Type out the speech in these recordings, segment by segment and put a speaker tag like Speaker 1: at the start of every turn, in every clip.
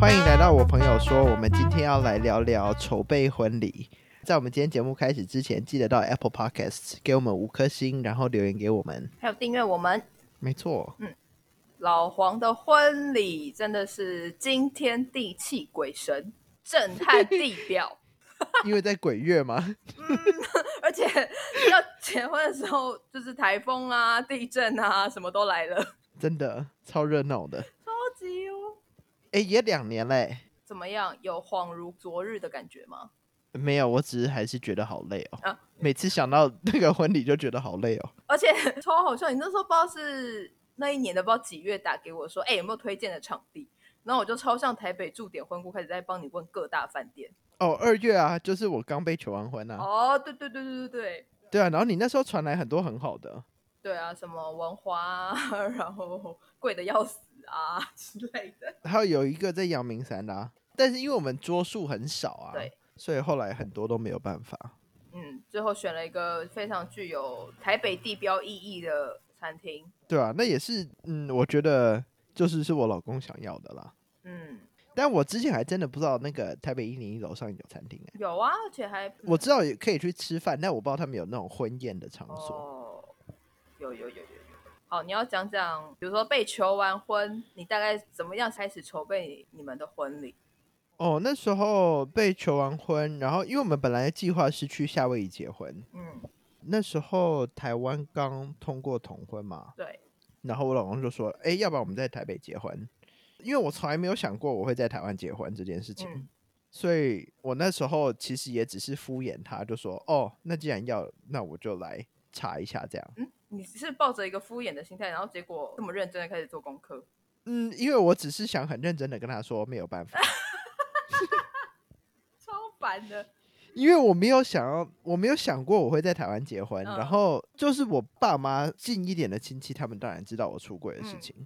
Speaker 1: 欢迎来到我朋友说，我们今天要来聊聊筹备婚礼。在我们今天节目开始之前，记得到 Apple Podcast 给我们五颗星，然后留言给我们。
Speaker 2: 还有订阅我们
Speaker 1: 没 错，
Speaker 2: 老黄的婚礼，真的是惊天地泣鬼神，震撼地表。
Speaker 1: 因为在鬼月嘛，
Speaker 2: 而且要结婚的时候，就是台风啊、地震啊，什么都来了，
Speaker 1: 真的超热闹的。
Speaker 2: 超级哦。
Speaker 1: 哎，也两年嘞，
Speaker 2: 怎么样？有恍如昨日的感觉吗？
Speaker 1: 没有，我只是还是觉得好累哦。
Speaker 2: 啊
Speaker 1: 每次想到那个婚礼就觉得好累哦。
Speaker 2: 而且超好笑，你那时候不知道是那一年的不知道几月打给我说，哎、有没有推荐的场地？然后我就超像台北驻点婚顾，开始在帮你问各大饭店。
Speaker 1: 哦，二月啊，就是我刚被求完婚啊。
Speaker 2: 哦，对对对对对对
Speaker 1: 对啊，然后你那时候传来很多很好的，
Speaker 2: 对啊，什么文华、啊， 然后贵的要死啊 之类的。
Speaker 1: 还有有一个在阳明山的、啊，但是因为我们桌数很少啊，
Speaker 2: 对，
Speaker 1: 所以后来很多都没有办法。
Speaker 2: 嗯，最后选了一个非常具有台北地标意义的餐厅。
Speaker 1: 对啊，那也是，嗯，我觉得就是是我老公想要的啦。
Speaker 2: 嗯，
Speaker 1: 但我之前还真的不知道那个台北一零一楼上有餐厅哎、
Speaker 2: 有啊，而且还
Speaker 1: 我知道也可以去吃饭，但我不知道他们有那种婚宴的场所。
Speaker 2: 哦，有有有有有。好，你要讲讲，比如说被求完婚，你大概怎么样开始筹备你们的婚礼？
Speaker 1: 哦，那时候被求完婚，然后因为我们本来的计划是去夏威夷结婚，
Speaker 2: 嗯，
Speaker 1: 那时候台湾刚通过同婚嘛，
Speaker 2: 对，嗯
Speaker 1: 然后我老公就说：“哎，要不然我们在台北结婚？因为我从来没有想过我会在台湾结婚这件事情，
Speaker 2: 嗯
Speaker 1: 所以我那时候其实也只是敷衍他，就说：哦，那既然要，那我就来查一下这样。
Speaker 2: 嗯，你是抱着一个敷衍的心态，然后结果这么认真的开始做功课，
Speaker 1: 嗯，因为我只是想很认真的跟他说没有办法，
Speaker 2: 超烦的。
Speaker 1: 因为我没有想要，我没有想过我会在台湾结婚。
Speaker 2: 嗯
Speaker 1: 然后就是我爸妈近一点的亲戚，他们当然知道我出轨的事
Speaker 2: 嗯
Speaker 1: 情，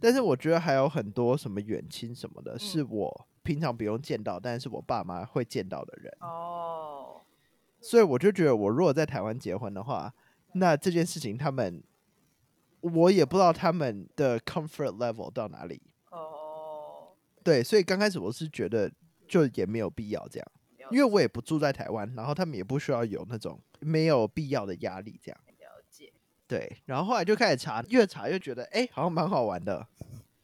Speaker 1: 但是我觉得还有很多什么远亲什么的，
Speaker 2: 嗯
Speaker 1: 是我平常不用见到，但是我爸妈会见到的人。
Speaker 2: 哦，
Speaker 1: 所以我就觉得，我如果在台湾结婚的话，那这件事情他们，我也不知道他们的 comfort level 到哪里。
Speaker 2: 哦，
Speaker 1: 对，所以刚开始我是觉得就也没有必要这样，
Speaker 2: 了
Speaker 1: 因为我也不住在台湾，然后他们也不需要有那种没有必要的压力这样。
Speaker 2: 了解。
Speaker 1: 对，然后后来就开始查，越查越觉得，哎、好像蛮好玩的。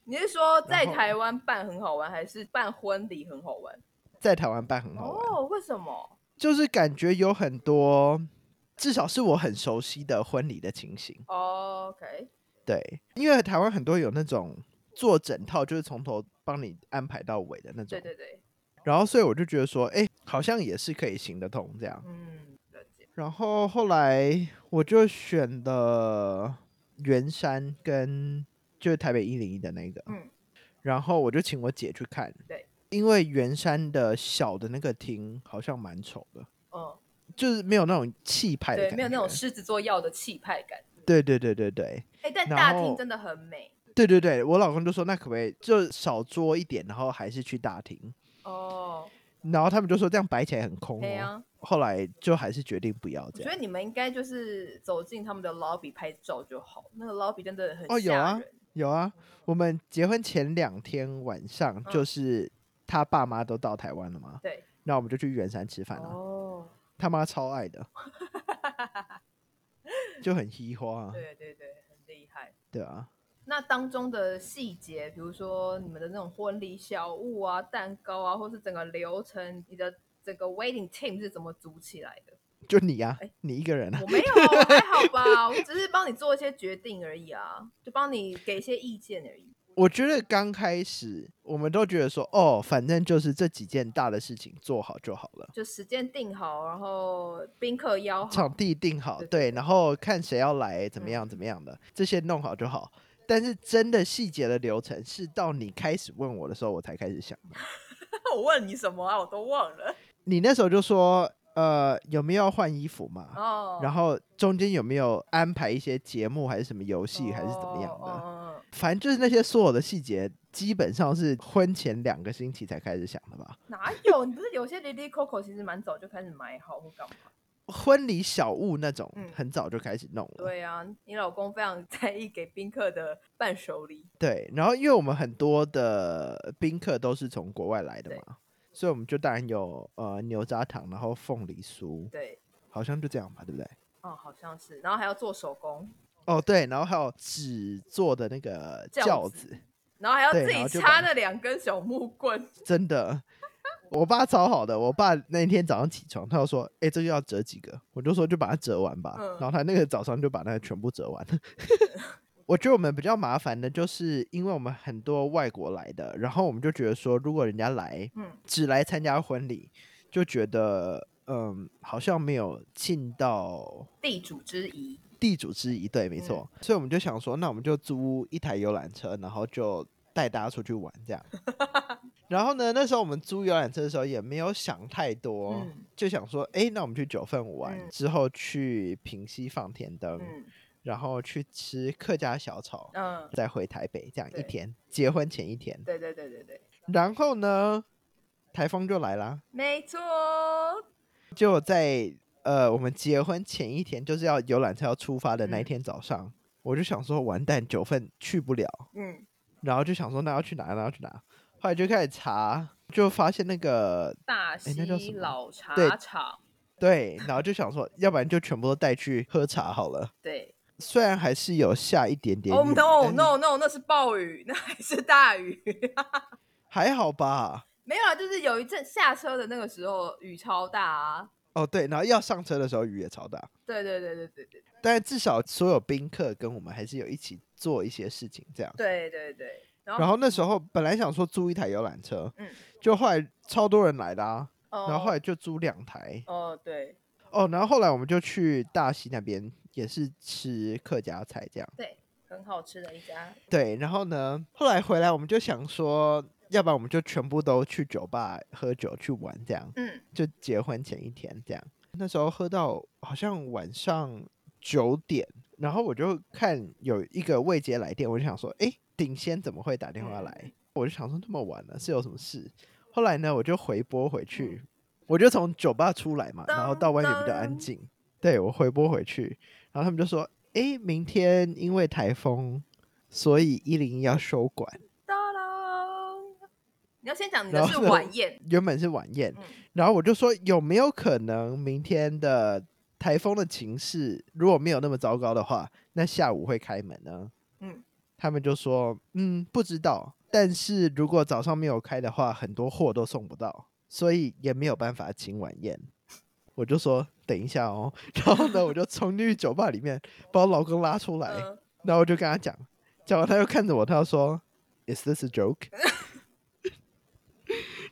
Speaker 2: 你是说在
Speaker 1: 然后
Speaker 2: 台湾办很好玩，还是办婚礼很好玩？
Speaker 1: 在台湾办很好玩，
Speaker 2: 哦，为什么？
Speaker 1: 就是感觉有很多，至少是我很熟悉的婚礼的情形。
Speaker 2: 哦，OK，
Speaker 1: 对，因为台湾很多有那种做整套，就是从头帮你安排到尾的那种。
Speaker 2: 对对对，
Speaker 1: 然后，所以我就觉得说，哎，好像也是可以行得通这样。
Speaker 2: 嗯，了解。
Speaker 1: 然后后来我就选了圆山跟就是台北一零一的那个，
Speaker 2: 嗯，
Speaker 1: 然后我就请我姐去看，
Speaker 2: 对，
Speaker 1: 因为圆山的小的那个厅好像蛮丑的，
Speaker 2: 嗯，
Speaker 1: 就是没有那种气派的
Speaker 2: 对，
Speaker 1: 感觉，
Speaker 2: 没有那种狮子座要的气派感。
Speaker 1: 对对对对对，
Speaker 2: 哎，但
Speaker 1: 然
Speaker 2: 大
Speaker 1: 后
Speaker 2: 厅真的很美
Speaker 1: 对对对，我老公就说那可不可以就少桌一点，然后还是去大厅。
Speaker 2: 哦。
Speaker 1: 然后他们就说这样摆起来很空、哦。
Speaker 2: 对啊，
Speaker 1: 后来就还是决定不要
Speaker 2: 我
Speaker 1: 这
Speaker 2: 觉得
Speaker 1: 样。
Speaker 2: 你们应该就是走进他们的 lobby 拍照就好，那个 lobby 真的很
Speaker 1: 哦有啊
Speaker 2: 吓人
Speaker 1: 有啊，我们结婚前两天晚上，
Speaker 2: 嗯
Speaker 1: 就是他爸妈都到台湾了嘛，
Speaker 2: 对，
Speaker 1: 那我们就去圆山吃饭啊。
Speaker 2: 哦，
Speaker 1: 他妈超爱 的，就很稀花、啊，
Speaker 2: 对对对，很厉害。
Speaker 1: 对啊。
Speaker 2: 那当中的细节，比如说你们的那种婚礼小物啊、蛋糕啊，或是整个流程，你的整个 waiting team 是怎么组起来的？
Speaker 1: 就你啊
Speaker 2: 哎，
Speaker 1: 你一个人啊，
Speaker 2: 我没有，还好吧，我只是帮你做一些决定而已啊，就帮你给一些意见而已。
Speaker 1: 我觉得刚开始我们都觉得说，哦，反正就是这几件大的事情做好就好了。
Speaker 2: 就时间定好，然后宾客邀好
Speaker 1: 场，地定好，
Speaker 2: 哦对
Speaker 1: 对，然后看谁要来，怎么
Speaker 2: 嗯
Speaker 1: 样怎么样的，这些弄好就好。但是真的细节的流程是到你开始问我的时候，我才开始想的。
Speaker 2: 我问你什么啊？我都忘了。
Speaker 1: 你那时候就说，呃，有没有要换衣服嘛？
Speaker 2: 哦，
Speaker 1: 然后中间有没有安排一些节目，还是什么游戏，还是怎么样
Speaker 2: 哦
Speaker 1: 的？
Speaker 2: 哦哦
Speaker 1: 反正就是那些所有的细节，基本上是婚前两个星期才开始想的吧。
Speaker 2: 哪有？你不是有些 Lily Coco 其实蛮早就开始买好或干嘛？
Speaker 1: 婚礼小物那种
Speaker 2: 嗯，
Speaker 1: 很早就开始弄了。
Speaker 2: 对啊，你老公非常 在意给宾客的伴手礼，
Speaker 1: 对，然后因为我们很多的宾客都是从国外来的
Speaker 2: 对
Speaker 1: 嘛，所以我们就当然有呃牛轧糖，然后凤梨酥，
Speaker 2: 对，
Speaker 1: 好像就这样吧，对不对？
Speaker 2: 哦，好像是，然后还要做手工，
Speaker 1: 哦，对，然后还有纸做的那个
Speaker 2: 轿
Speaker 1: 轿
Speaker 2: 子
Speaker 1: 子，
Speaker 2: 然后还要
Speaker 1: 对
Speaker 2: 自
Speaker 1: 然
Speaker 2: 己
Speaker 1: 后就把
Speaker 2: 插那两根小木棍，
Speaker 1: 真的，我爸超好的。我爸那天早上起床，他就说：“哎、这个要折几个？”我就说：“就把它折完吧。
Speaker 2: 嗯
Speaker 1: 然后他那个早上就把那个全部折完 了。我觉得我们比较麻烦的就是，因为我们很多外国来的，然后我们就觉得说，如果人家来
Speaker 2: 嗯，
Speaker 1: 只来参加婚礼，就觉得嗯，好像没有尽到
Speaker 2: 地主之谊，
Speaker 1: 地主之谊，对，没错。
Speaker 2: 嗯
Speaker 1: 所以我们就想说，那我们就租一台游览车，然后就带大家出去玩 这样。然后呢，那时候我们租游览车的时候也没有想太多，
Speaker 2: 嗯
Speaker 1: 就想说，哎，那我们去九份玩，
Speaker 2: 嗯
Speaker 1: 之后去平西放天灯，
Speaker 2: 嗯
Speaker 1: 然后去吃客家小炒，
Speaker 2: 嗯，
Speaker 1: 再回台北，这样一
Speaker 2: 对
Speaker 1: 天，结婚前一天。
Speaker 2: 对对对对对，
Speaker 1: 然后呢，台风就来啦，
Speaker 2: 没错，
Speaker 1: 就在呃我们结婚前一天，就是要游览车要出发的那一
Speaker 2: 嗯
Speaker 1: 天早上，我就想说完蛋，九份去不了，
Speaker 2: 嗯，
Speaker 1: 然后就想说那要去哪，那要去哪，后来就开始查，就发现那个
Speaker 2: 大
Speaker 1: 哎那叫
Speaker 2: 溪
Speaker 1: 什么
Speaker 2: 老茶
Speaker 1: 对
Speaker 2: 厂，
Speaker 1: 对，然后就想说，要不然就全部都带去喝茶好了。
Speaker 2: 对
Speaker 1: 虽然还是有哎下一点点雨
Speaker 2: ，Oh no
Speaker 1: 但
Speaker 2: no no，那是暴雨，那还是大雨，
Speaker 1: 还好吧。
Speaker 2: 没有啊，就是有一阵下车的那个时候雨超大啊，
Speaker 1: 哦对，然后要上车的时候雨也超大，
Speaker 2: 对对对对对对
Speaker 1: 但至少所有宾客跟我们还是有一起做一些事情这样。
Speaker 2: 对对对，然
Speaker 1: 然
Speaker 2: 后
Speaker 1: 后那时候本来想说租一台游览车，
Speaker 2: 哦嗯
Speaker 1: 就后来超多人来的啊，然后后
Speaker 2: 哦
Speaker 1: 来就租两台
Speaker 2: 哦对
Speaker 1: 哦，然后后来我们就去大溪那边也是吃客家菜这样，
Speaker 2: 对，很好吃的一家，
Speaker 1: 对，然后呢，后来回来我们就想说，要不然我们就全部都去酒吧喝酒去玩这样，
Speaker 2: 嗯
Speaker 1: 就结婚前一天这样，那时候喝到好像晚上九点，然后我就看有一个未接来电，我就想说，诶，顶先怎么会打电话
Speaker 2: 嗯
Speaker 1: 来？我就想说那么晚了是有什么事？后来呢，我就回拨回去，我就从酒吧出来嘛，然后到外面比较安
Speaker 2: 嗯当
Speaker 1: 静，对我回拨回去，然后他们就说，诶，明天因为台风，所以一零一要收馆，
Speaker 2: 哒啦，你要先讲你的
Speaker 1: 然
Speaker 2: 是
Speaker 1: 后呢
Speaker 2: 晚宴，
Speaker 1: 原本是晚宴，
Speaker 2: 嗯
Speaker 1: 然后我就说有没有可能明天的台风的情势如果没有那么糟糕的话，那下午会开门呢？
Speaker 2: 嗯，
Speaker 1: 他们就说嗯不知道，但是如果早上没有开的话，很多货都送不到，所以也没有办法请晚宴。我就说等一下哦，然后呢我就冲进去酒吧里面把我老公拉出来，
Speaker 2: 嗯
Speaker 1: 然后我就跟他讲，讲完他又看着我，他就说：“Is this a joke？”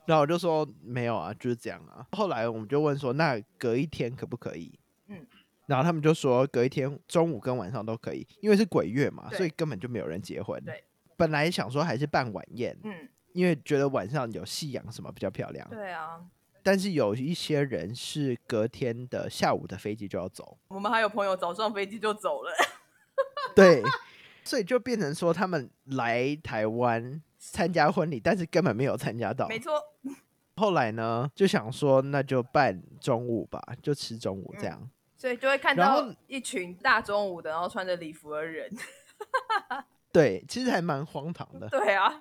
Speaker 1: 然后我就说：“没有啊，就是这样啊。”后来我们就问说：“那隔一天可不可以？”
Speaker 2: 嗯，
Speaker 1: 然后他们就说隔一天中午跟晚上都可以，因为是鬼月嘛，
Speaker 2: 对
Speaker 1: 所以根本就没有人结婚。
Speaker 2: 对，
Speaker 1: 本来想说还是办晚宴，
Speaker 2: 嗯，
Speaker 1: 因为觉得晚上有夕阳什么比较漂亮。
Speaker 2: 对啊，
Speaker 1: 但是有一些人是隔天的下午的飞机就要走，
Speaker 2: 我们还有朋友早上飞机就走了，
Speaker 1: 对，所以就变成说他们来台湾参加婚礼，但是根本没有参加到
Speaker 2: 没。错，
Speaker 1: 后来呢，就想说那就办中午吧，就吃中午
Speaker 2: 嗯
Speaker 1: 这样。
Speaker 2: 所以就会看
Speaker 1: 然
Speaker 2: 到
Speaker 1: 后
Speaker 2: 一群大中午的，然后穿着礼服的人。
Speaker 1: 对，其实还蛮荒唐的。
Speaker 2: 对啊，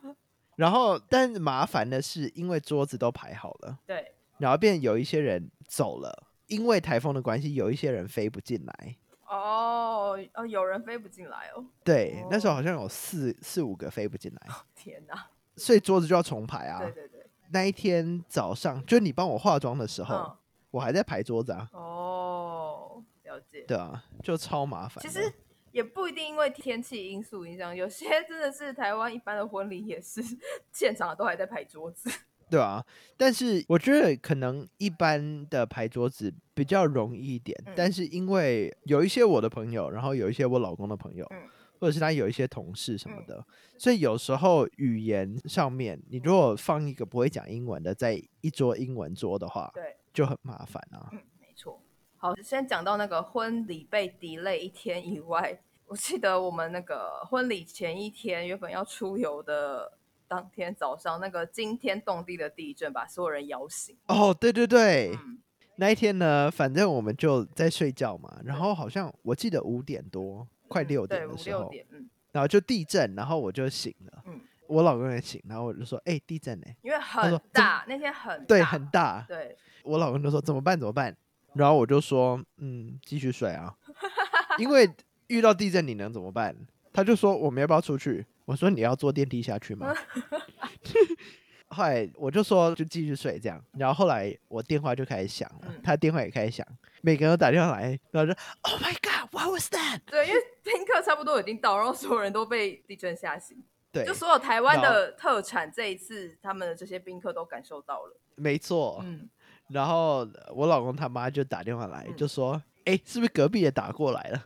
Speaker 1: 然后，但麻烦的是，因为桌子都排好了，
Speaker 2: 对，
Speaker 1: 然后变有一些人走了，因为台风的关系，有一些人飞不进来。
Speaker 2: 哦哦，有人飞不进来哦，
Speaker 1: 对，那时候
Speaker 2: 哦
Speaker 1: 好像有四四五个飞不进来，
Speaker 2: 天哪、
Speaker 1: 所以桌子就要重排啊
Speaker 2: 对。对对，
Speaker 1: 那一天早上，就你帮我化妆的时候，
Speaker 2: 嗯，
Speaker 1: 我还在排桌子啊。
Speaker 2: 哦，了解。
Speaker 1: 对啊，就超麻烦
Speaker 2: 其
Speaker 1: 的。
Speaker 2: 实也不一定因为天气因素影响，有些真的是台湾一般的婚礼也是现场都还在排桌子。
Speaker 1: 对啊，但是我觉得可能一般的排桌子比较容易一点，
Speaker 2: 嗯
Speaker 1: 但是因为有一些我的朋友，然后有一些我老公的朋友，
Speaker 2: 嗯
Speaker 1: 或者是他有一些同事什么的，所以有时候语言上面，你如果放一个不会讲英文的在一桌英文桌的话，
Speaker 2: 对，
Speaker 1: 就很麻烦啊。
Speaker 2: 嗯，没错。好，先讲到那个婚礼被 delay 一天以外，我记得我们那个婚礼前一天原本要出游的当天早上，那个惊天动地的地震把所有人摇醒。
Speaker 1: 哦，对对对，
Speaker 2: 嗯，
Speaker 1: 那一天呢，反正我们就在睡觉嘛，然后好像我记得五点多，快六点
Speaker 2: 嗯对，
Speaker 1: 的
Speaker 2: 五
Speaker 1: 时
Speaker 2: 六
Speaker 1: 候，
Speaker 2: 点，嗯，
Speaker 1: 然后就地震，然后我就醒了，
Speaker 2: 嗯
Speaker 1: 我老公也醒，然后我就说，哎、地震哎、
Speaker 2: 因为
Speaker 1: 说
Speaker 2: 很
Speaker 1: 这
Speaker 2: 大，那天很
Speaker 1: 对，
Speaker 2: 大
Speaker 1: 很大，
Speaker 2: 对，
Speaker 1: 我老公就说怎么办怎么办，然后我就说嗯继续睡 啊，因为遇到地震你能怎么办？他就说我们要不要出去？我说你要坐电梯下去 吗？ 后来我就说就继续睡这样，然后后来我电话就开始响了
Speaker 2: 嗯，
Speaker 1: 他电话也开始响，每个人都打电话来，然后就 Oh my God what was that？
Speaker 2: 对，因为宾客差不多已经到，然后所有人都被地震吓醒，
Speaker 1: 对
Speaker 2: 就，所有台湾
Speaker 1: 然后
Speaker 2: 的特产，这一次他们的这些宾客都感受到了。
Speaker 1: 没错。
Speaker 2: 嗯，
Speaker 1: 然后我老公他妈就打电话来，
Speaker 2: 嗯
Speaker 1: 就说哎、诶是不是隔壁也打过来了？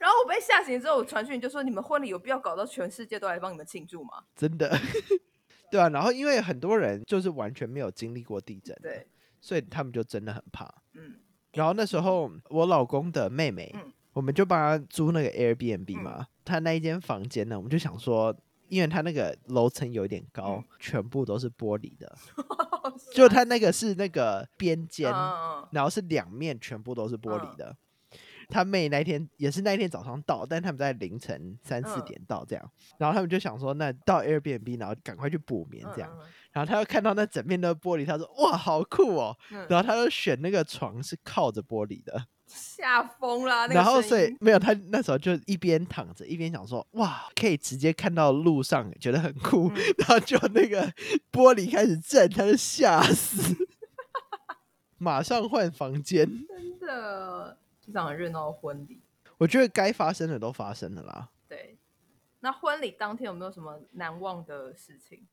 Speaker 2: 然后我被吓醒之后，我传讯就说：“你们婚礼有必要搞到全世界都来帮你们庆祝吗
Speaker 1: 真的， 对啊。然后因为很多人就是完全没有经历过地震？”，
Speaker 2: 对，，
Speaker 1: 所以他们就真的很怕。
Speaker 2: 嗯
Speaker 1: 然后那时候我老公的妹妹，
Speaker 2: 嗯
Speaker 1: 我们就帮她租那个 Airbnb
Speaker 2: 嗯
Speaker 1: 嘛，她那一间房间呢，我们就想说。因为她那个楼层有一点高，
Speaker 2: 嗯
Speaker 1: 全部都是玻璃 的，就她那个是那个边间，
Speaker 2: 嗯嗯嗯，
Speaker 1: 然后是两面全部都是玻璃的。他妹那天也是那天早上到，但他们在凌晨三四
Speaker 2: 嗯
Speaker 1: 点到这样，然后他们就想说，那到 Airbnb，然后赶快去补眠
Speaker 2: 嗯
Speaker 1: 这样。
Speaker 2: 嗯嗯
Speaker 1: 然后他又看到那整面的玻璃，他说哇，好酷哦。
Speaker 2: 嗯
Speaker 1: 然后他就选那个床是靠着玻璃的，
Speaker 2: 吓疯了。那个
Speaker 1: 然后
Speaker 2: 声
Speaker 1: 所以
Speaker 2: 音
Speaker 1: 没有他那时候就一边躺着一边想说哇，可以直接看到路上，觉得很酷。
Speaker 2: 嗯
Speaker 1: 然后就那个玻璃开始震，他就吓死， 马上换房间。
Speaker 2: 真的这场很热闹的婚礼，
Speaker 1: 我觉得该发生的都发生了啦。
Speaker 2: 对。那婚礼当天有没有什么难忘的事情？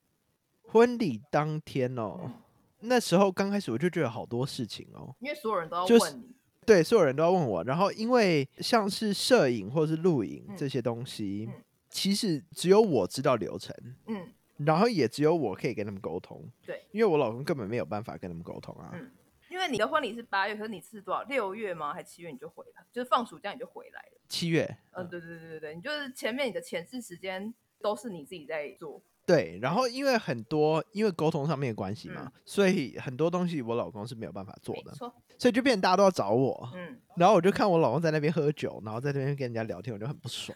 Speaker 1: 婚礼当天哦
Speaker 2: 嗯，
Speaker 1: 那时候刚开始我就觉得好多事情哦，
Speaker 2: 因为所有人都要
Speaker 1: 就是
Speaker 2: 问你，
Speaker 1: 对，所有人都要问我。然后因为像是摄影或是录影
Speaker 2: 嗯
Speaker 1: 这些东西，
Speaker 2: 嗯
Speaker 1: 其实只有我知道流程，
Speaker 2: 嗯
Speaker 1: 然后也只有我可以跟他们沟通。
Speaker 2: 对，
Speaker 1: 因为我老公根本没有办法跟他们沟通啊。
Speaker 2: 嗯因为你的婚礼是八月，可是你是多少？六月吗？还七月你就回来，就是放暑假你就回来了。
Speaker 1: 七月，
Speaker 2: 嗯，对对对对对，你就是前面你的前置时间都是你自己在做，
Speaker 1: 对，然后因为很多因为沟通上面的关系嘛，所以很多东西我老公是没有办法做
Speaker 2: 嗯没
Speaker 1: 的，
Speaker 2: 错，
Speaker 1: 所以就变成大家都要找我。
Speaker 2: 嗯
Speaker 1: 然后我就看我老公在那边喝酒，然后在那边跟人家聊天，我就很不 爽。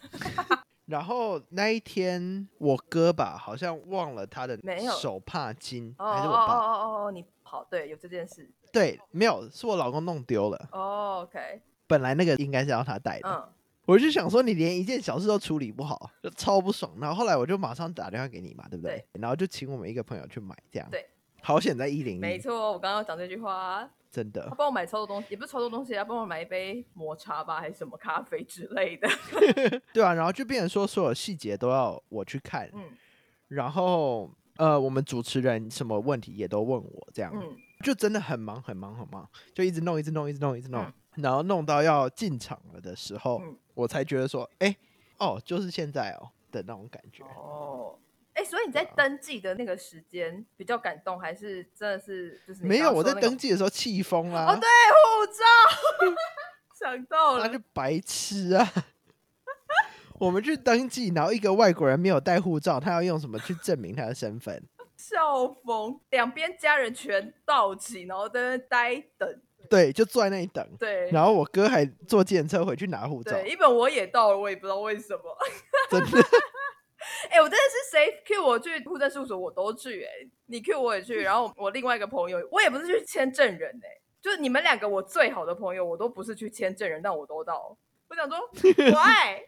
Speaker 1: 然后那一天，我哥吧好像忘了他的
Speaker 2: 没有
Speaker 1: 手帕巾，
Speaker 2: 哦
Speaker 1: 还是
Speaker 2: 哦
Speaker 1: 我
Speaker 2: 哦
Speaker 1: 爸？
Speaker 2: 哦哦，你好，对，有这件事。
Speaker 1: 对，没有，是我老公弄丢了。
Speaker 2: 哦，OK，
Speaker 1: 本来那个应该是要他带的，
Speaker 2: 嗯，
Speaker 1: 我就想说你连一件小事都处理不好，就超不爽。然后后来我就马上打电话给你嘛，对不对？然后就请我们一个朋友去买，这样
Speaker 2: 对，
Speaker 1: 好险在一零
Speaker 2: 没
Speaker 1: 一，
Speaker 2: 错，我刚刚要讲这句话，
Speaker 1: 真
Speaker 2: 他
Speaker 1: 的。
Speaker 2: 帮我买超多东西，也不是超多东西，啊他帮我买一杯抹茶吧，还是什么咖啡之 类的。
Speaker 1: 对啊，然后就变成说所有细节都要我去看，
Speaker 2: 嗯
Speaker 1: 然后呃，我们主持人什么问题也都问我，这样、
Speaker 2: 嗯，
Speaker 1: 就真的很忙很忙很忙，就一直弄一直弄一直弄一直弄，
Speaker 2: 嗯
Speaker 1: 然后弄到要进场了的时候，
Speaker 2: 嗯
Speaker 1: 我才觉得说，哎，哦，就是现在哦的那种感觉。
Speaker 2: 哦。哎、所以你在
Speaker 1: 啊
Speaker 2: 登记的那个时间比较感动，还是真的是就是你
Speaker 1: 没
Speaker 2: 刚
Speaker 1: 有，
Speaker 2: 刚
Speaker 1: 我在
Speaker 2: 说那个
Speaker 1: 登记啊的时候气疯啦、
Speaker 2: 哦，对，护照， 想到
Speaker 1: 他
Speaker 2: 了
Speaker 1: 就，白痴啊！ 我们去登记，然后一个外国人没有带护照，他要用什么去证明他的身份？
Speaker 2: 笑疯，两边家人全到齐，然后在那边呆等，
Speaker 1: 对，就坐在那里等。
Speaker 2: 对，
Speaker 1: 然后我哥还坐电车回去拿护照，
Speaker 2: 对，一本我也到了，我也不知道为什么。
Speaker 1: 真 的。
Speaker 2: 哎、我真的是谁 Q 我去户政事务所，我都去、哎，你 Q 我也去，然后我另外一个朋友，我也不是去签证人、哎，就是你们两个我最好的朋友，我都不是去签证人，但我都到。我想说，why？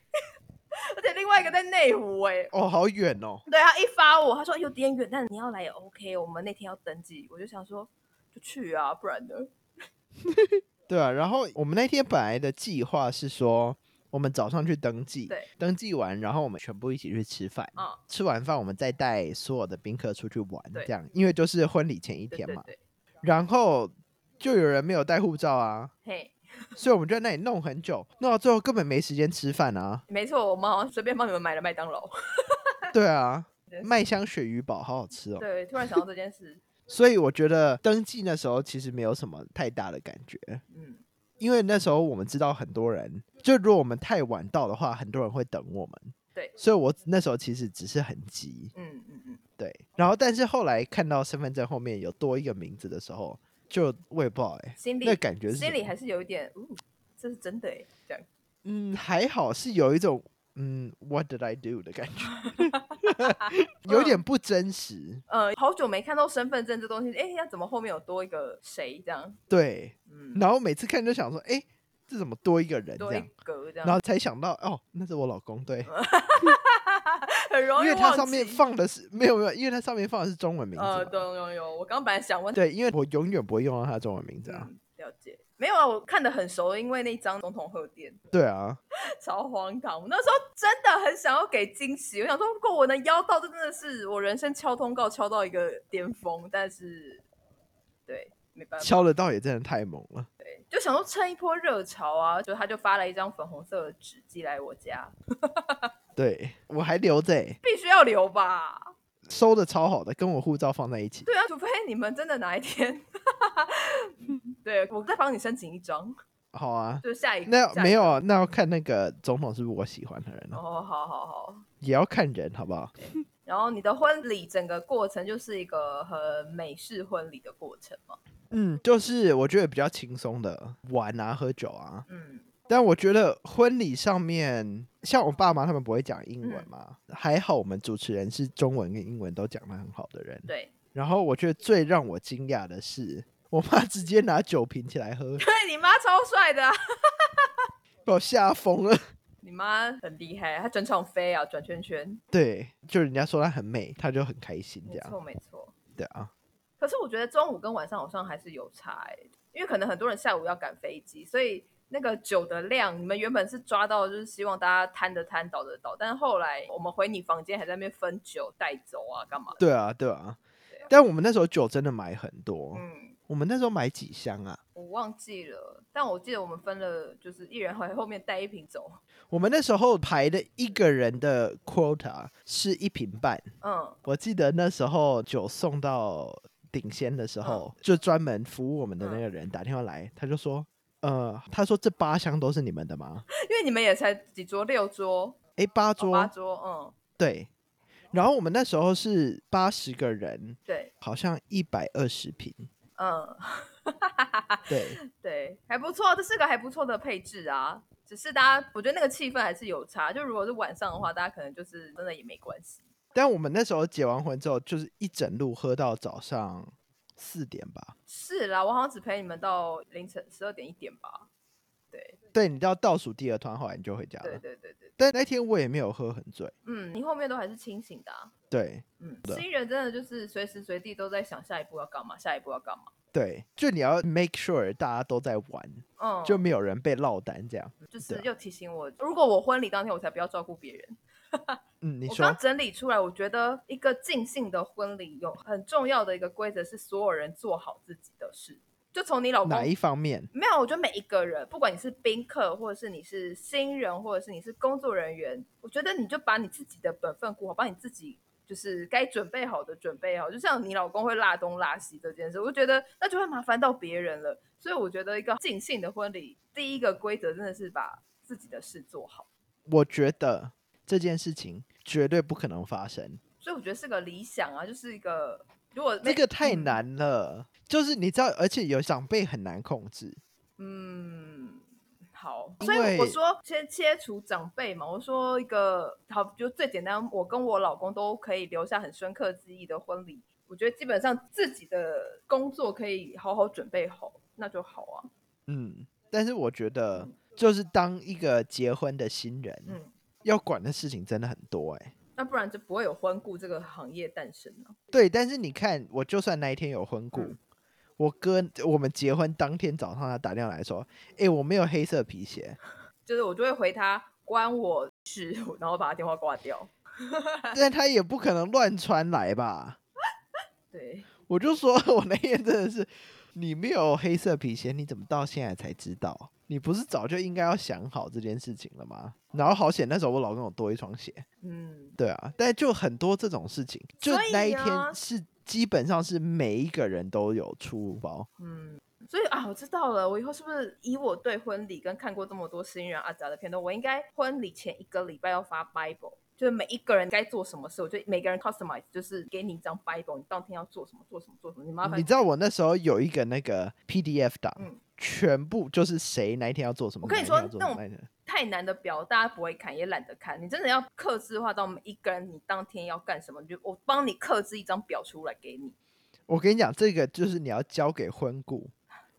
Speaker 2: 而且另外一个在内湖、哎，
Speaker 1: 哦，好远哦。
Speaker 2: 对他一发我，他说有点远，但你要来也 OK，我们那天要登记，我就想说就去啊，不然呢？
Speaker 1: 对啊，然后我们那天本来的计划是说，我们早上去登记
Speaker 2: 对，
Speaker 1: 登记完，然后我们全部一起去吃饭，
Speaker 2: 啊，
Speaker 1: 吃完饭我们再带所有的宾客出去玩，
Speaker 2: 对
Speaker 1: 这样，因为就是婚礼前一
Speaker 2: 对
Speaker 1: 天
Speaker 2: 对
Speaker 1: 嘛。
Speaker 2: 对，
Speaker 1: 然后就有人没有带护照啊，
Speaker 2: 嘿，
Speaker 1: 所以我们就在那里弄很久，弄到最后根本没时间吃饭 啊。
Speaker 2: 没错，我们好像随便帮你们买了麦当劳。
Speaker 1: 对啊
Speaker 2: 真，是
Speaker 1: 麦香鳕鱼堡好好吃哦。
Speaker 2: 对，突然想到这件事，
Speaker 1: 所以我觉得登记那时候其实没有什么太大的感觉，
Speaker 2: 嗯，
Speaker 1: 因为那时候我们知道很多人，就如果我们太晚到的话，很多人会等我们。
Speaker 2: 对
Speaker 1: 所以我那时候其实只是很急，
Speaker 2: 嗯嗯嗯，
Speaker 1: 对。然后但是后来看到身份证后面有多一个名字的时候，就我也不好哎、
Speaker 2: 心里
Speaker 1: 那感觉是什
Speaker 2: 心里
Speaker 1: 么
Speaker 2: 还是有一点，嗯，这是真的哎，这样
Speaker 1: 嗯，还好是有一种嗯，What did I do 的感觉， 有点不真实。
Speaker 2: 呃，好久没看到身份证这东西，哎，要怎么后面有多一个谁这样？
Speaker 1: 对，
Speaker 2: 嗯，
Speaker 1: 然后每次看就想说，哎、这怎么多一个人这
Speaker 2: 多一
Speaker 1: 样？
Speaker 2: 格这样，
Speaker 1: 然后才想到，哦，那是我老公，对，
Speaker 2: 很容
Speaker 1: 因
Speaker 2: 易
Speaker 1: 为它
Speaker 2: 忘
Speaker 1: 上面
Speaker 2: 记
Speaker 1: 放的是没有没有，因为它上面放的是中文名字嘛，
Speaker 2: 呃，有有有，我刚本来想问，
Speaker 1: 对，因为我永远不会用到他的中文名字啊。
Speaker 2: 嗯，了解，没有啊，我看的很熟，因为那张总统贺电
Speaker 1: 对啊，
Speaker 2: 超荒唐，我那时候真的很想要给惊喜，我想说，如果我能邀到，这真的是我人生敲通告敲到一个巅峰，但是对，没办法。
Speaker 1: 敲得到也真的太猛了。
Speaker 2: 就想说趁一波热潮啊，就他就发了一张粉红色的纸寄来我家，
Speaker 1: 对我还留着、欸，
Speaker 2: 必须要留吧？
Speaker 1: 收的超好的，跟我护照放在一起。
Speaker 2: 对啊，除非你们真的哪一天， 对我再帮你申请一张，
Speaker 1: 好啊，
Speaker 2: 就下一
Speaker 1: 那没
Speaker 2: 有
Speaker 1: 有啊，那要看那个总统是不是我喜欢的人哦，
Speaker 2: 哦，好好好。
Speaker 1: 也要看人好不好？
Speaker 2: 然后你的婚礼整个过程就是一个很美式婚礼的过程嘛？
Speaker 1: 嗯，就是我觉得比较轻松的玩啊，喝酒啊。
Speaker 2: 嗯
Speaker 1: 但我觉得婚礼上面，像我爸妈他们不会讲英
Speaker 2: 嗯
Speaker 1: 文嘛，还好我们主持人是中文跟英文都讲得很好的人，。
Speaker 2: 对，
Speaker 1: 然后我觉得最让我惊讶的是，我妈 直接拿酒瓶起来喝，
Speaker 2: 对你妈超帅的啊、
Speaker 1: 把我吓疯了。
Speaker 2: 你妈很厉害，她整场飞啊，转圈圈，
Speaker 1: 对，就人家说她很美，她就很开心这
Speaker 2: 没
Speaker 1: 样。
Speaker 2: 错没错。
Speaker 1: 对啊，
Speaker 2: 可是我觉得中午跟晚上好像还是有差、欸，因为可能很多人下午要赶飞机，所以那个酒的量，你们原本是抓到，就是希望大家摊着摊，倒着倒，但是后来我们回你房间还在那边分酒带走啊，干嘛的？
Speaker 1: 对啊，对啊
Speaker 2: 对。
Speaker 1: 但我们那时候酒真的买很多，
Speaker 2: 嗯，
Speaker 1: 我们那时候买几箱啊？
Speaker 2: 我忘记了，但我记得我们分了，就是一人回后面带一瓶走。
Speaker 1: 我们那时候排的一个人的 quota 是一瓶半。
Speaker 2: 嗯，
Speaker 1: 我记得那时候酒送到顶仙的时
Speaker 2: 嗯
Speaker 1: 候，就专门服务我们的那个人打电话来，他就说：“呃，他说这八箱都是你们的吗
Speaker 2: 因为你们也才几桌，六桌，？”
Speaker 1: 诶，八
Speaker 2: 哦
Speaker 1: 桌，
Speaker 2: 八桌，嗯，
Speaker 1: 对。然后我们那时候是八十个人，
Speaker 2: 对，
Speaker 1: 好像一百二十瓶，
Speaker 2: 嗯，啊
Speaker 1: 对
Speaker 2: 对，还不错，这是个还不错的配置啊。只是大家，我觉得那个气氛还是有差。就如果是晚上的话，大家可能就是真的也没关系。
Speaker 1: 但我们那时候结完婚之后，就是一整路喝到早上四点吧。
Speaker 2: 是啦，我好像只陪你们到凌晨十二点一点吧。对
Speaker 1: 对，你到倒数第二团后来你就回家
Speaker 2: 对
Speaker 1: 了。
Speaker 2: 对对对，
Speaker 1: 但那天我也没有喝很醉，
Speaker 2: 嗯，你后面都还是清醒的、啊。
Speaker 1: 对
Speaker 2: 嗯，
Speaker 1: 的
Speaker 2: 新人真的就是随时随地都在想下一步要干嘛，下一步要干嘛。
Speaker 1: 对，就你要 make sure 大家都在玩，
Speaker 2: 嗯，
Speaker 1: 就没有人被落单这样。
Speaker 2: 就是
Speaker 1: 对啊
Speaker 2: 又提醒我，如果我婚礼当天我才不要照顾别人。
Speaker 1: 嗯，你
Speaker 2: 我
Speaker 1: 说
Speaker 2: 刚整理出来，我觉得一个尽兴的婚礼有很重要的一个规则是，所有人做好自己的事。就从你老公
Speaker 1: 哪一方面？
Speaker 2: 没有，我觉得每一个人，不管你是宾客，或者是你是新人，或者是你是工作人员，我觉得你就把你自己的本分顾好，把你自己就是该准备好的准备好。就像你老公会落东落西这件事，我就觉得那就会麻烦到别人了。所以我觉得一个尽兴的婚礼，第一个规则真的是把自己的事做好。
Speaker 1: 我觉得这件事情绝对不可能发生，
Speaker 2: 所以我觉得是个理想啊，就是一个如果
Speaker 1: 这
Speaker 2: 没
Speaker 1: 个太
Speaker 2: 嗯
Speaker 1: 难了。就是你知道，而且有长辈很难控制。
Speaker 2: 嗯，好，
Speaker 1: 因
Speaker 2: 所以我
Speaker 1: 为
Speaker 2: 说先切除长辈嘛，我说一个好，就最简单，我跟我老公都可以留下很深刻记忆的婚礼，我觉得基本上自己的工作可以好好准备好，那就好啊。
Speaker 1: 嗯，但是我觉得，就是当一个结婚的新人，
Speaker 2: 嗯
Speaker 1: 要管的事情真的很多哎、
Speaker 2: 那不然就不会有婚顾这个行业诞生了、
Speaker 1: 对，但是你看，我就算那一天有婚故，
Speaker 2: 嗯
Speaker 1: 我哥我们结婚当天早上，他打电话来说：“哎、我没有黑色皮 鞋。
Speaker 2: 就是我就会回他关我事， 然后把他电话挂掉。”
Speaker 1: 但他也不可能乱穿来吧？
Speaker 2: 对，
Speaker 1: 我就说 我那天真的是，你没有黑色皮鞋，你怎么到现在才知道？你不是早就应该要想好这件事情了吗？然后好险，那时候我老公有多一双鞋。
Speaker 2: 嗯，
Speaker 1: 对啊，但就很多这种事情，就
Speaker 2: 所以
Speaker 1: 那一
Speaker 2: 啊
Speaker 1: 天是基本上是每一个人都有出包。
Speaker 2: 嗯，所以啊，我知道了，我以后是不是以我对婚礼跟看过这么多新人阿杂的片段，我应该婚礼前一个礼拜要发 Bible，就是每一个人该做什么事，我就每个人 customize，就是给你一张 Bible，你当天要做什么，做什么，做什么，你麻烦
Speaker 1: 你知道我那时候有一个那个 PDF 档，
Speaker 2: 嗯
Speaker 1: 全部就是谁哪一天要做什么，
Speaker 2: 我跟你
Speaker 1: 哪一天要做
Speaker 2: 说那
Speaker 1: 什么
Speaker 2: 种
Speaker 1: 哪一天
Speaker 2: 太难的表，大家不会看，也懒得看。你真的要克制化到每一个人，你当天要干什么，你就我帮你克制一张表出来给你。
Speaker 1: 我跟你讲，这个就是你要交给婚顾，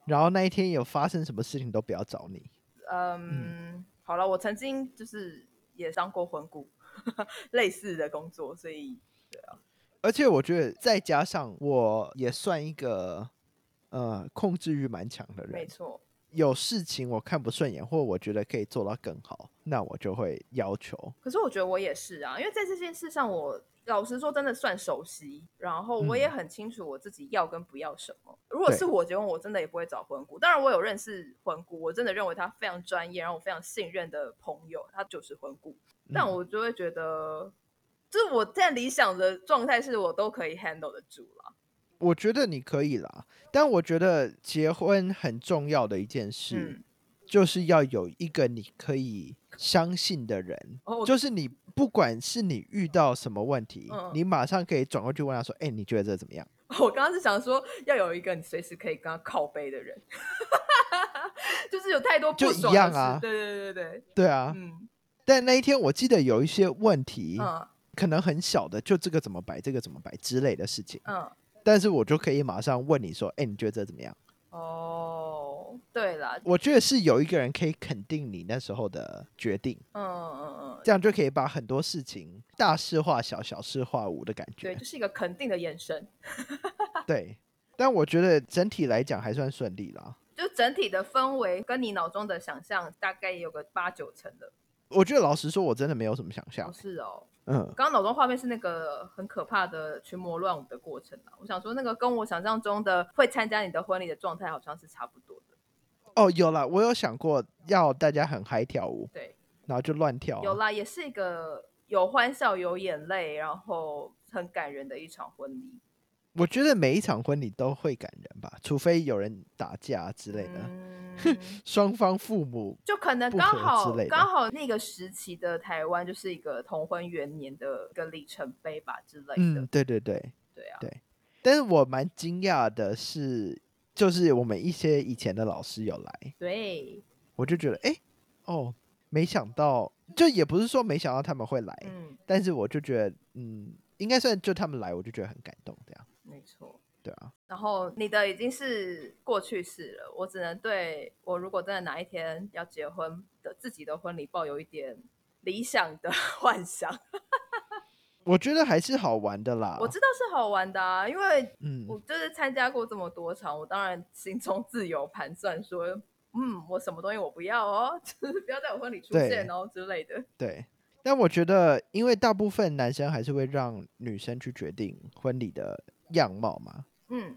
Speaker 1: 然后那一天有发生什么事情都不要找你。
Speaker 2: 嗯，好了，我曾经就是也当过婚顾， 类似的工作，所以
Speaker 1: 而且我觉得再加上我也算一个呃控制欲蛮强的
Speaker 2: 没
Speaker 1: 人，
Speaker 2: 错，
Speaker 1: 有事情我看不顺眼，或我觉得可以做到更好，那我就会要求。
Speaker 2: 可是我觉得我也是啊，因为在这件事上我，老实说真的算熟悉，然后我也很清楚我自己要跟不要什么。如果
Speaker 1: 嗯对
Speaker 2: 是我结婚，我真的也不会找婚姑。当然，我有认识婚姑，我真的认为她非常专业，然后我非常信任的朋友，她就是婚姑。但
Speaker 1: 嗯
Speaker 2: 我就会觉得，就是我现在理想的状态是我都可以 handle 得住了。
Speaker 1: 我觉得你可以啦，但我觉得结婚很重要的一件事，
Speaker 2: 嗯，
Speaker 1: 就是要有一个你可以相信的人，
Speaker 2: 哦
Speaker 1: 就是你不管是你遇到什么问题，
Speaker 2: 嗯
Speaker 1: 你马上可以转过去问他说：“哎、你觉得这怎么样
Speaker 2: 我刚刚是想说，要有一个你随时可以跟他靠背的人， 就是有太多不
Speaker 1: 就一
Speaker 2: 爽的
Speaker 1: 样
Speaker 2: 事
Speaker 1: 啊
Speaker 2: 对对对对，？”
Speaker 1: 对啊，
Speaker 2: 嗯
Speaker 1: 但那一天我记得有一些问题，
Speaker 2: 嗯
Speaker 1: 可能很小的，就这个怎么摆，这个怎么摆之类的事情，
Speaker 2: 嗯，
Speaker 1: 但是我就可以马上问你说：“哎、你觉得这怎么样
Speaker 2: 哦，对啦？”，
Speaker 1: 我觉得是有一个人可以肯定你那时候的决定，
Speaker 2: 嗯嗯嗯，
Speaker 1: 这样就可以把很多事情大事化小，小事化无的感
Speaker 2: 对，
Speaker 1: 觉。
Speaker 2: 就是一个肯定的眼神。
Speaker 1: 对，但我觉得整体来讲还算顺利啦。
Speaker 2: 就整体的氛围跟你脑中的想象大概也有个八九成的，
Speaker 1: 我觉得老实说，我真的没有什么想
Speaker 2: 不
Speaker 1: 象。
Speaker 2: 是哦。
Speaker 1: 嗯，
Speaker 2: 刚刚脑中画面是那个很可怕的群魔乱舞的过程啊，我想说那个跟我想象中的会参加你的婚礼的状态好像是差不多的。
Speaker 1: 哦，有啦，我有想过要大家很嗨跳舞，
Speaker 2: 对，
Speaker 1: 然后就乱跳啊、
Speaker 2: 有啦，也是一个有欢笑有眼泪，然后很感人的一场婚礼
Speaker 1: 我觉得每一场婚礼都会感人吧，除非有人打架之类的，
Speaker 2: 嗯
Speaker 1: 双方父母
Speaker 2: 就可能
Speaker 1: 不
Speaker 2: 刚
Speaker 1: 合
Speaker 2: 好
Speaker 1: 之类的
Speaker 2: 刚好那个时期的台湾就是一个同婚元年的一个里程碑吧之类的，
Speaker 1: 嗯，对对对。
Speaker 2: 对啊，
Speaker 1: 对但是我蛮惊讶的是，就是我们一些以前的老师有来，
Speaker 2: 对，
Speaker 1: 我就觉得，哎，哦，没想到，就也不是说没想到他们会来，
Speaker 2: 嗯，
Speaker 1: 但是我就觉得，嗯，应该算就他们来，我就觉得很感动，这样，
Speaker 2: 没错。
Speaker 1: 对啊，
Speaker 2: 然后你的已经是过去式了，我只能对我如果真的哪一天要结婚的自己的婚礼抱有一点理想的 幻想。
Speaker 1: 我觉得还是好玩的啦。
Speaker 2: 我知道是好玩的啊，因为
Speaker 1: 嗯，
Speaker 2: 我就是参加过这么多场，我当然心中自有盘算说，嗯，我什么东西我不要哦， 就是不要在我婚礼出
Speaker 1: 对
Speaker 2: 现哦之类的。
Speaker 1: 对，但我觉得，因为大部分男生还是会让女生去决定婚礼的样貌嘛，
Speaker 2: 嗯，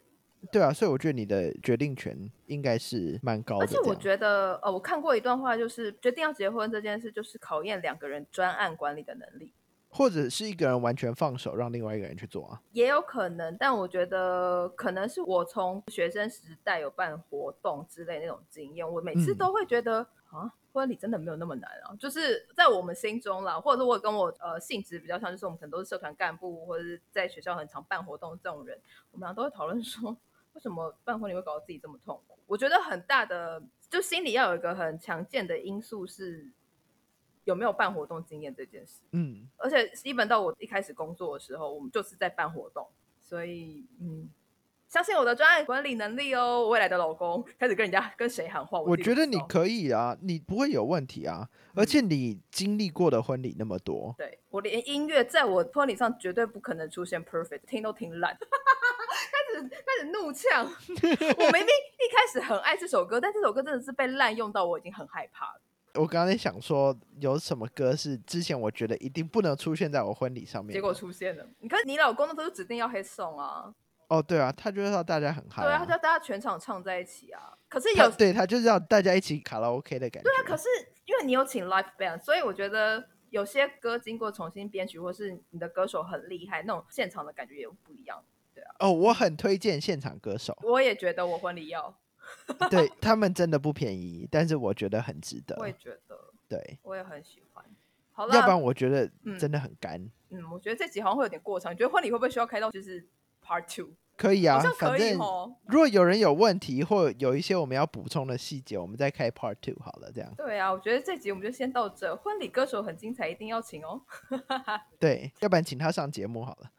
Speaker 1: 对啊，所以我觉得你的决定权应该是蛮高的
Speaker 2: 而
Speaker 1: 这
Speaker 2: 且
Speaker 1: 样。
Speaker 2: 我觉得，呃，我看过一段话，就是决定要结婚这件事，就是考验两个人专案管理的能力。
Speaker 1: 或者是一个人完全放手，让另外一个人去做啊。
Speaker 2: 也有可能，但我觉得可能是我从学生时代有办活动之类那种经验，我每次
Speaker 1: 嗯
Speaker 2: 都会觉得、啊，婚礼真的没有那么难啊，就是在我们心中啦，或者是我跟我呃性质比较像，就是我们可能都是社团干部，或者是在学校很常办活动这种人，我们俩都会讨论说，为什么办婚礼会搞得自己这么痛苦？我觉得很大的就心里要有一个很强健的因素是有没有办活动经验这件事。
Speaker 1: 嗯，
Speaker 2: 而且基本到我一开始工作的时候，我们就是在办活动，所以嗯，相信我的专案管理能力哦。我未来的老公开始跟人家跟谁喊话，
Speaker 1: 我
Speaker 2: 自己
Speaker 1: 觉
Speaker 2: 都不
Speaker 1: 得
Speaker 2: 知
Speaker 1: 你
Speaker 2: 道嗯
Speaker 1: 可以啊，你不会有问题啊。而且你经历过的婚礼那么多，
Speaker 2: 对我连音乐在我婚礼上绝对不可能出现 perfect，听都听烂， 开始开始怒呛。我明明一开始很爱这首歌，但这首歌真的是被滥用到我已经很害怕了。
Speaker 1: 我刚才想说有什么歌是之前我觉得一定不能出现在我婚礼上面的，
Speaker 2: 结果出现了，你看你老公那时候就指定要黑送啊，
Speaker 1: 哦，对啊，他就是要大家很嗨、
Speaker 2: 对啊，他就
Speaker 1: 他
Speaker 2: 要大家全场唱在一起啊。可是有
Speaker 1: 对他就是要大家一起卡拉 OK 的感觉。
Speaker 2: 对啊，可是因为你有请 live band，所以我觉得有些歌经过重新编曲，或是你的歌手很厉害，那种现场的感觉也不一样。
Speaker 1: 哦，我很推荐现场歌 手，
Speaker 2: 我也觉得我婚礼要，
Speaker 1: 对他们真的不便宜，但是我觉得很值得
Speaker 2: 我。也觉得，
Speaker 1: 对，
Speaker 2: 我也很喜欢。好了，
Speaker 1: 要不然我觉得
Speaker 2: 嗯
Speaker 1: 真的很干。
Speaker 2: 嗯，我觉得这集好像会有点过长。你觉得婚礼会不会需要开到就是 Part Two？、
Speaker 1: 可以啊
Speaker 2: 好像，
Speaker 1: 反
Speaker 2: 可以
Speaker 1: 正
Speaker 2: 哦。
Speaker 1: 如果有人有问题或有一些我们要补充的细节，我们再开 Part Two 好了，这样
Speaker 2: 对啊，我觉得这集我们就先到这。婚礼歌手很精彩，一定要请哦。
Speaker 1: 对，要不然请他上节目好了。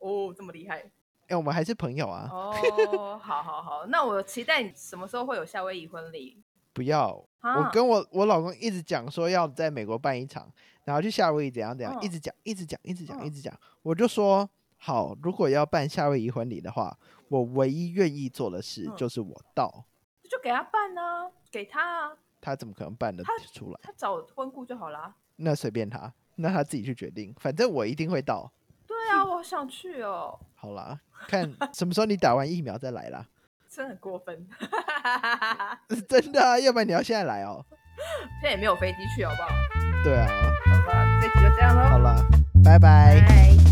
Speaker 2: 哦，这么厉害
Speaker 1: 哎、我们还是朋友啊，
Speaker 2: 哦！好好好，那我期待你什么时候会有夏威夷婚礼
Speaker 1: 不要，
Speaker 2: 啊
Speaker 1: 我？跟我我老公一直讲说要在美国办一场，然后去夏威夷怎样怎样，一
Speaker 2: 嗯
Speaker 1: 直讲一直讲一直讲一
Speaker 2: 嗯
Speaker 1: 直讲，我就说好，如果要办夏威夷婚礼的话，我唯一愿意做的事
Speaker 2: 嗯
Speaker 1: 就是我到，
Speaker 2: 就给他办啊，给他啊，
Speaker 1: 他怎么可能办得
Speaker 2: 他
Speaker 1: 出 来？
Speaker 2: 他找婚顾就好啦。
Speaker 1: 那随便他，那他自己去决定，反正我一定会到。
Speaker 2: 对啊，我好想去哦，
Speaker 1: 好啦，看什么时候你打完疫苗再来啦。
Speaker 2: 真的很过分。
Speaker 1: 真的、啊，要不然你要现在来哦。
Speaker 2: 现在也没有飞机去，好不好？
Speaker 1: 对啊，
Speaker 2: 好吧，这集就这样
Speaker 1: 好
Speaker 2: 喽，
Speaker 1: 啦，拜拜。
Speaker 2: 拜。